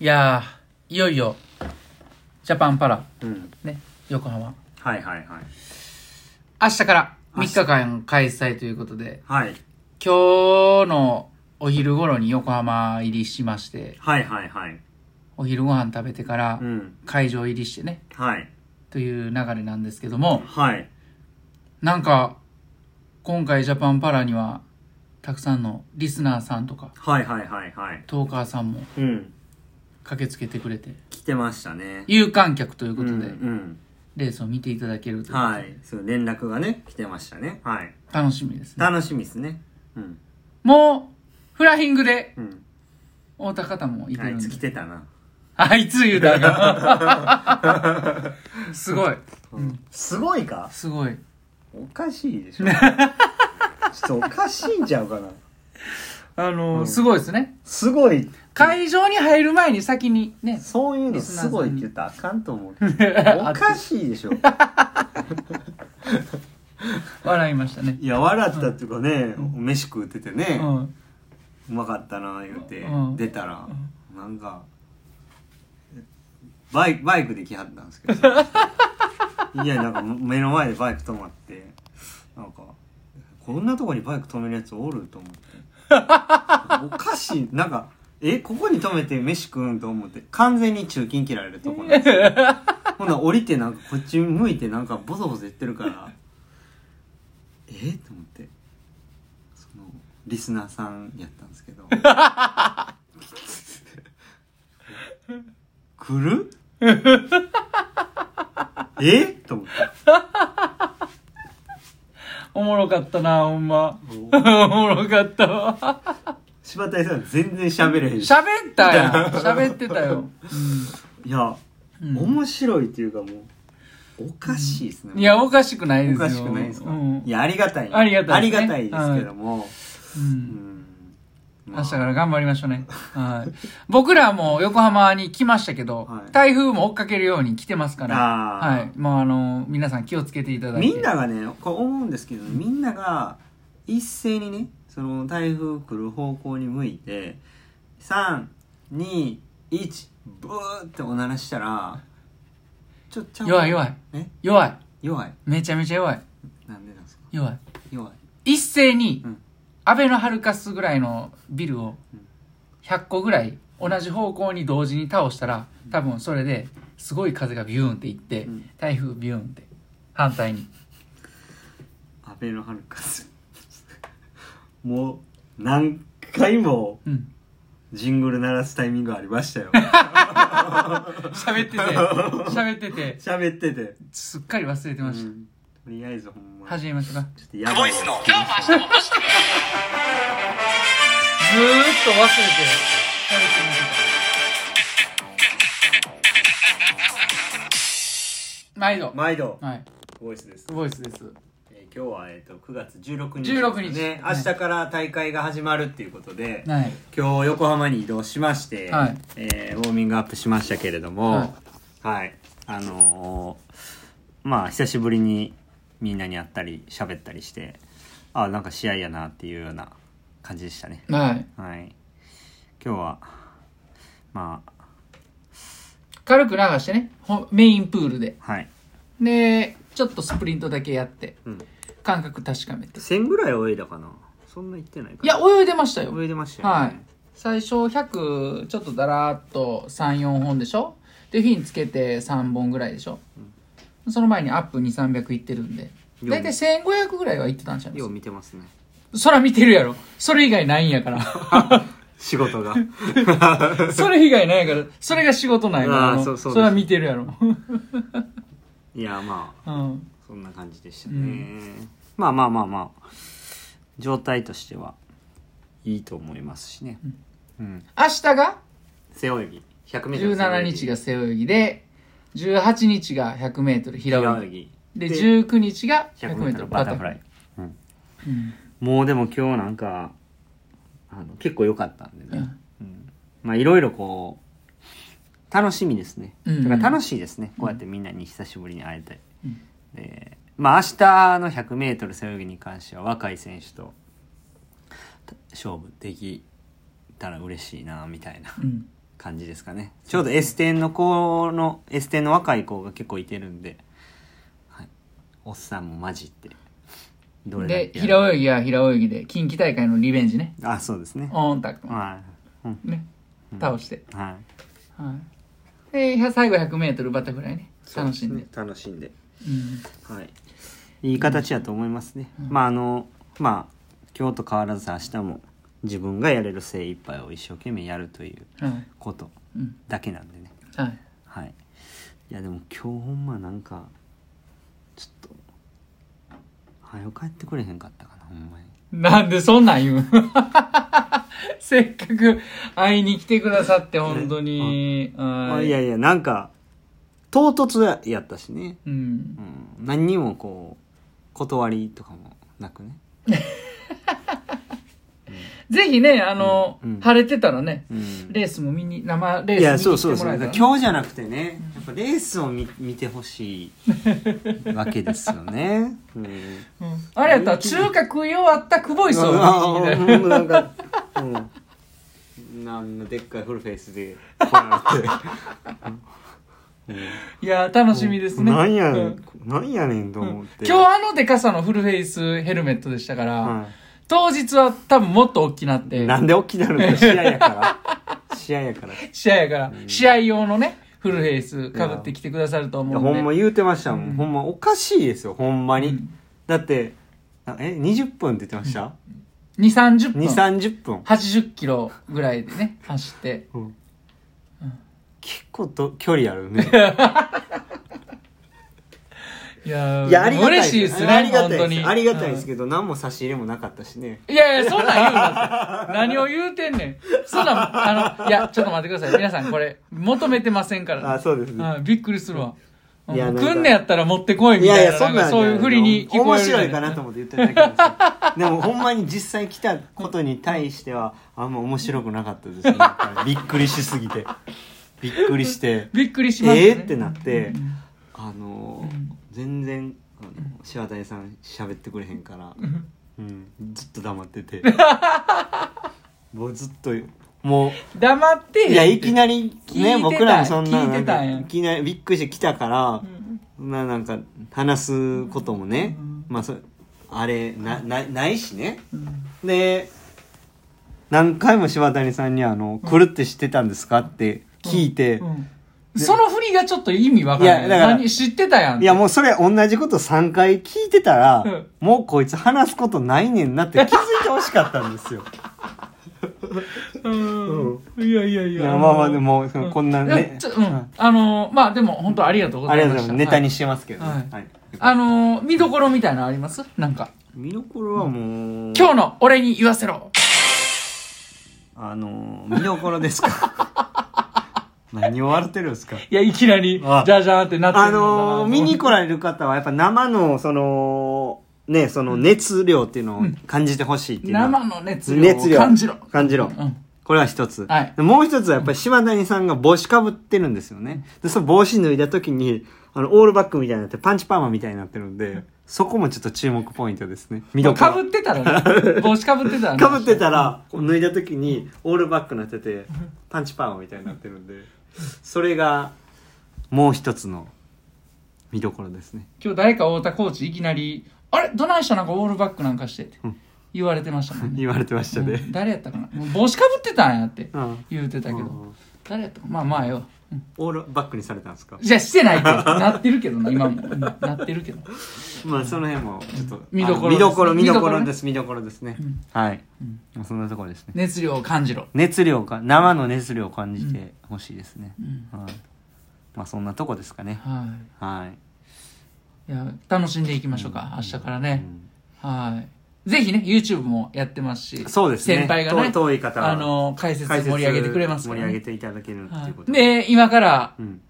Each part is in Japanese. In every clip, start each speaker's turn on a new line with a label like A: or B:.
A: いやーいよいよジャパンパラ
B: うん。
A: ね横浜
B: はいはいはい。
A: 明日から3日間開催ということで
B: はい。
A: 今日のお昼頃に横浜入りしまして
B: はいはいはい。
A: お昼ご飯食べてから
B: うん。
A: 会場入りしてね
B: はい。
A: という流れなんですけども
B: はい。
A: なんか今回ジャパンパラにはたくさんのリスナーさんとか
B: はいはいはいはい。
A: トーカーさんも
B: うん。
A: 駆けつけてくれて
B: 来てましたね。
A: 有観客という
B: う
A: こ
B: ん
A: と
B: う
A: で
B: ん。
A: レースを見ていただけるということ
B: は
A: で
B: い。そう、連絡がね、来てましたね。はい。
A: 楽しみですね
B: 楽しみですね。うん。
A: もうフライングで
B: うん。
A: 会うた方もいて
B: あ
A: る
B: い
A: んで
B: つ来てたな。
A: あいつ言うた らあかんすごい
B: うん。すごいか
A: すごい
B: おかしい でしょ。ちょっとおかしいんちゃうかな。
A: あの
B: うん
A: すごいですね
B: すごい。
A: 会場に入る前に先にね
B: そういうの
A: リスナーさん
B: す
A: に
B: ごいって言ったらあかんと 思うけど。おかしいでしょ。
A: 笑いましたね
B: いや、笑ったっていうかね、お飯食うてて
A: う
B: ね。
A: ん
B: うまかったな言うて
A: うん
B: 出たらなんかバイバイクで来はったんですけど いやなんか目の前でバイク止まってなんかこんなとこにバイク止めるやつおると思っておかしいなんかえここに止めて飯食うんと思って完全に中金切られるとこな んですよほな降りてなんかこっち向いてなんかボソボソ言ってるからえー、と思ってそのリスナーさんやったんです けど 来るえと思って
A: おもろかったなほんま お
B: もう
A: もろかったわ
B: 柴田さん全然喋れへんし
A: 喋ったやん喋ってたよ、
B: いや、
A: うん
B: 面白いっていうかもうおかしいですね、
A: いやおかしくないです
B: お
A: よ
B: かしくないですか、
A: うん
B: いやありがたい
A: ありがたいですね
B: ありがたいですけども、
A: う
B: うんんま
A: 明
B: あ
A: 日から頑張りましょうね。はい。僕らも横浜に来ましたけど、
B: はい
A: 台風も追っかけるように来てますから、
B: あー
A: はい。もうあの、皆さん気をつけていただいて。
B: みんながねこれ思うんですけど、みんなが一斉にねその台風来る方向に向いて321ブーっておならしたらちょちゃう
A: 弱い弱い。
B: ね
A: 弱い。
B: 弱い
A: めちゃめちゃ弱い。
B: なんでなんですか
A: 弱い。
B: 弱い
A: 一斉に
B: うん、
A: 安倍のハルカスぐらいのビルを
B: ん、
A: 100個ぐらい同じ方向に同時に倒したら、多分それで、すごい風がビューンっていって
B: うん、
A: 台風ビューンって、反対に。
B: 安倍のハルカス もう何回も
A: うん。
B: ジングル鳴らすタイミングあり ましたよ
A: 喋っ てて、喋ってて、
B: 喋ってて、
A: すっかり忘れて
B: う
A: ました。
B: ん、とりあえずほんま
A: 始めましょうか。
B: ちょっとやばいの
A: ずーっと忘れて毎度
B: 毎度
A: はい
B: ボイスです
A: ボイスです
B: えー今日は、えー、と9月16日
A: 16日
B: ね明日から大会が始まるっていうことで、
A: はい
B: 今日横浜に移動しまして、
A: はい
B: えーウォーミングアップしましたけれども
A: は
B: はい、あのーまあ久しぶりにみんなに会ったり喋ったりしてあなんか試合やなっていうような感じでしたね
A: はい
B: はい今日はまあ
A: 軽く流してねほメインプールで
B: はい、
A: でちょっとスプリントだけやって
B: うん、
A: 感覚確かめて
B: 1000ぐらい泳いだかなそんな行ってないか
A: いや泳いでましたよ
B: 泳いでましたよね、
A: はい最初100ちょっとだらーっと34本でしょでフィンつけて3本ぐらいでしょ、その前にアップ2300いってるんで
B: よう
A: 大体1500ぐらいはいってたんじゃないです
B: よ
A: か
B: う見てますね
A: そら見てるやろ。それ以外ないんや から。
B: 仕事が
A: それ以外ないから、それが仕事ないから。
B: あー
A: も
B: そうそうです
A: れは見てるやろ。
B: いやまあ
A: うん。
B: そんな感じでしたね、まあまあまあまあ状態としてはいいと思いますしね、うん、
A: 明日が
B: 背泳ぎ 100m
A: 17日が背泳ぎで、18日が100メートル平
B: 平
A: 泳
B: 泳
A: ぎ。
B: ぎ
A: で、
B: で
A: 19日が100メート
B: 100m
A: ル
B: バ
A: バ
B: タ
A: タ
B: フ
A: フ
B: ラ
A: ラ
B: イ
A: イ。、
B: うん
A: うん
B: もうでも今日なんかあの結構良かったんでね、うんまあいろいろこう楽しみですね
A: うんうん
B: だから楽しいですね、こうやってみんなに久しぶりに会えて、
A: うん
B: でまあ明日の 100m 背泳ぎに関しては若い選手と勝負できたら嬉しいなみたいな
A: うん。
B: 感じですかねちょうど S 店の子の S 店の若い子が結構いてるんで、はい、おっさんも混じってどだ
A: で
B: けやる
A: 平泳ぎは平泳ぎで近畿大会のリベンジね
B: あそうですね
A: オーンタック
B: はい、うん
A: ね
B: うん
A: 倒して、
B: はい
A: はい、でひゃ最後 100m バタフライね楽しんで
B: そうすね楽しんで
A: うん
B: はいいい形やと思いますね、まああのまあ今日と変わらず明日も自分がやれる精一杯を一生懸命やるという
A: はい
B: こと
A: うん
B: だけなんでね
A: はい
B: はいいやでも今日ほんまなんかちょっと早く帰ってくれへんかったかなほんまに
A: なんでそんなん言うん せっかく会いに来てくださって本当に、
B: あ
A: はい
B: いやいやなんか唐突やったしね、
A: うん
B: うん、何にもこう断りとかもなくね
A: ぜひねあの、
B: うんうん
A: 晴れてたらね
B: うん
A: レースも見に生レ
B: い
A: ー
B: や
A: ス見
B: そう
A: に
B: そ
A: 来て
B: うそ
A: も
B: う
A: らえ
B: だ
A: た
B: から
A: ら
B: 今日じゃなくてねやっぱレースを見見てほしいわけですよ ね、うん、
A: うんあれやったら中華食い終わった久保井さん
B: あ
A: を見に来て
B: ーうんなんか、うん、なんのでっかいフルフェイスで来られて
A: いや楽しみですね
B: なんや
A: う
B: ね
A: ん
B: ん、なんやねんと思って、
A: 今日あのデカさのフルフェイスヘルメットでしたから、
B: は
A: 当日は多分もっと大きなっ
B: い
A: て
B: なんで起きなるの試合やから試合やからい
A: 試合やから、試合用のねフルフェイスかぶってきてくださると思
B: や
A: うんで
B: ほんま言うてましたもん、
A: うん
B: ほんまおかしいですよほんまに、
A: うん
B: だってあえ20分って言ってました、
A: 2三3 0分
B: 2 3 0分
A: 80キロぐらいでね走って
B: うん結構と距離あるね
A: いやー
B: いやありがたい
A: 嬉しいですね
B: ありがた
A: 本当
B: いで
A: に
B: すありがたいですけど何も差し入れもなかったしね
A: いやいや、そんなん言うなって。何を言うてんねん。そんなん、あの、いや、ちょっと待ってください。皆さん、これ、求めてませんから、
B: あそうですね
A: うんびっくりするわ。うん
B: いやなんか
A: 来んねやったら持ってこいみ
B: い
A: た
B: や
A: い
B: い
A: な。
B: やそんなん
A: かそういうふりに聞こえ
B: 面
A: るじゃ
B: 白
A: ない
B: かなと思って言ってるだけですよでもほんまに実際来たことに対してはあんま面白くなかったですねびっくりしすぎてびっくりして
A: びっくりしました、ね。
B: ええってなってあのー全然あの柴谷さん喋ってくれへんからうんずっと黙っ ててもうずっともう
A: 黙ってへんって。
B: いや、いきなり、
A: 聞いて
B: ね、
A: た
B: 僕らもそんな、
A: 聞いてたんや
B: なんかいきなりびっくりして来たから
A: う、ん
B: まあなんか、話すこともね
A: うん、
B: まあそ、あれ、な、なないしね。
A: うん
B: で、何回も柴谷さんにあの、来るって知ってたんですかって聞いて
A: う、んその振りがちょっと意味わからない
B: いやだから
A: 何知ってたやんって。
B: いやもうそれ同じこと3回聞いてた
A: う
B: ら
A: ん、
B: もうこいつ話すことないねんなって気づいてほしかった んですよ。
A: うんいやいやい
B: い
A: や。
B: や、まあまあでも、そのこんなね
A: いやちょ、うん。あのー、まあでも、本当ありがとうご
B: あ
A: ざ
B: り
A: い
B: がとう
A: まし
B: ござい
A: た。
B: ます。ネタ
A: はい
B: にしてますけどね。
A: はい
B: はい
A: あのー、見どころみたいなのありますなんか。
B: 見どころはもう
A: 今日の俺に言わせろ
B: あのー見どころですか 何を笑ってるんですか
A: いや、いきなり、じ
B: あ
A: ゃじゃーんってなって
B: あ
A: る
B: のー 見に
A: こ
B: 来られる方はやっぱ生のそのねその熱量っていうのを感じてほしいっていうのは
A: 生の熱量を感じろ。
B: 感じろ、
A: うん
B: これは一つ、
A: はい
B: もう一つはやっぱり柴谷さんが帽子かぶってるんですよねでその帽子脱いだ時にあのオールバックみたいになってパンチパーマみたいになってるんでそこもちょっと注目ポイントですね見どころ
A: かぶってたら ね。帽子かぶってたらね。
B: かぶってたらこう脱いだ時にオールバックになっててパンチパーマみたいになってるんでそれがもう一つの見どころですね
A: 今日誰か太田コーチいきなり、あれどないしたなんかオールバックなんかしてって
B: うん
A: 言われてましたもんね。
B: 言われてましたね
A: うん誰やったかなもう帽子かぶってたんやって
B: うん
A: 言うてたけど
B: うん。
A: 誰やったかまあまあよ。うん
B: オールバックにされたんですか
A: じゃあしてないってなってるけどな、今も。うんなってるけど。
B: まあその辺もちょっと
A: 見どころ
B: あの見どころ
A: 見
B: 見
A: ど
B: ど
A: こ
B: こ
A: ろ
B: ろです見どころですねはいもうそんなところですね
A: 熱量を感じろ。
B: 熱量か生の熱量を感じてほしいですねはいまあそんなとこですかね
A: は
B: はい
A: い。いや、楽しんでいきましょうか、明日からね。
B: うん
A: はい。ぜひね、YouTube もやってますし、
B: そうですね
A: 先輩がね、
B: 遠遠い方は
A: あの、解説盛り上げてくれますから、
B: 盛り上
A: ね
B: げていただけるって
A: は
B: いう
A: い
B: こと
A: で、今から
B: うん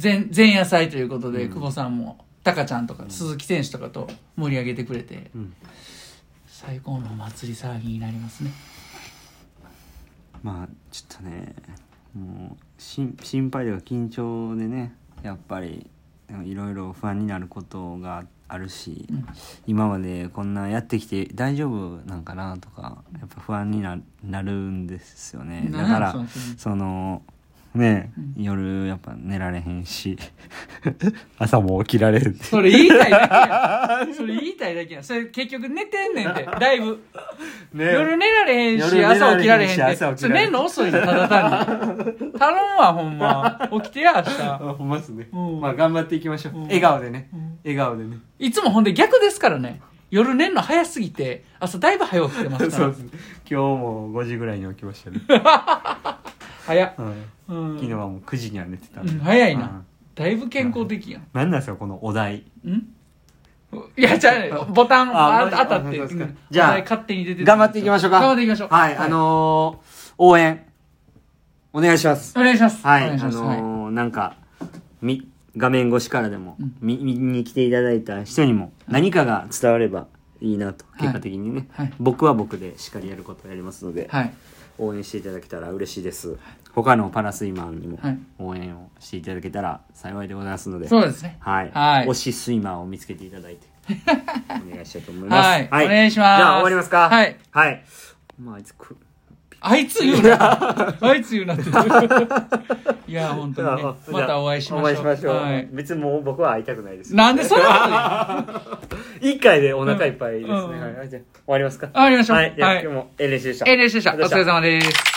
A: 前、前夜祭ということで、
B: うん
A: 久保さんも、タカちゃんとか、鈴木選手とかと盛り上げてくれて、
B: うん
A: 最高のお祭り騒ぎになりますね。
B: まあちょっとねもう心心配というか緊張でねやっぱりいろいろ不安になることがああるし、今までこんなやってきて大丈夫なんかなとかやっぱ不安にななるんですよね
A: な
B: だ
A: んや
B: から
A: その気持ち
B: そのね、夜やっぱ寝られへんし 朝も起きられるって
A: それ言いたいだけやん。それ言いたいだけやん。それ結局寝てんねん て、だいぶ。
B: ね
A: 夜寝られへん
B: 夜寝
A: し、
B: られへんし
A: 朝起きられへんって。
B: 朝起き
A: そ
B: られ
A: れ
B: へ
A: 寝ん
B: ん
A: の遅いの、ただ単に。頼むわ、ほんま。起きてや、明
B: ほんまっすね
A: うん
B: まあ頑張っていきましょう
A: うん
B: 笑顔で ね
A: うん
B: 笑顔でね
A: 日。いつもほんで逆ですからね。夜寝んの早すぎて、朝だいぶ早起きてま
B: そ
A: す
B: う
A: から
B: です。ね今日も5時ぐらいに起きましたね、
A: 早っ。
B: うん
A: うん
B: 昨日はもう9時には寝てた
A: うん早いな
B: うん
A: だいぶ健康的やん。
B: 何なんですかこのお題
A: んいや、じゃあ、ボタンあ
B: あ
A: 当たって
B: あそうですか
A: うん
B: じゃあ
A: お題勝手に出てた
B: 頑張っていきましょうか
A: 頑張っていきましょう。
B: はい、あ、のー応援お願いします
A: お願いします。
B: はい
A: お願
B: あ
A: いします。はい
B: のーなんかみ画面越しからでも、
A: うん
B: み見に来ていただいた人にも何かが伝わればいいなと
A: い
B: 結果的にね、
A: はい
B: 僕は僕でしっかりやることをやりますので、
A: はい。
B: 応援していただけたら嬉しいです他のパラスイマーにも
A: はい
B: 応援をしていただけたら幸いでございますので、
A: そうですね。
B: はい、
A: はい
B: 推しスイマーを見つけていた だいてお願いしたいと思います、
A: はい。お願いします。
B: じゃあ終わりますか
A: はい。
B: はいまああいつく
A: あいつ言うな。 あいつ言うなって。いや、本当にね
B: あ。
A: またお会いしましょう。
B: お会いしましょう。
A: はい。
B: 別にもう僕は会いたくないです。
A: なんでそれ は
B: 一回でお腹いっぱいですね。
A: うん
B: はいじゃあ終わりますか。
A: 終わりましょう。
B: はい。じゃあ
A: はい
B: 今日も N 練習でした。
A: え、練習でした。お
B: ありがとうございま
A: 疲れ様です。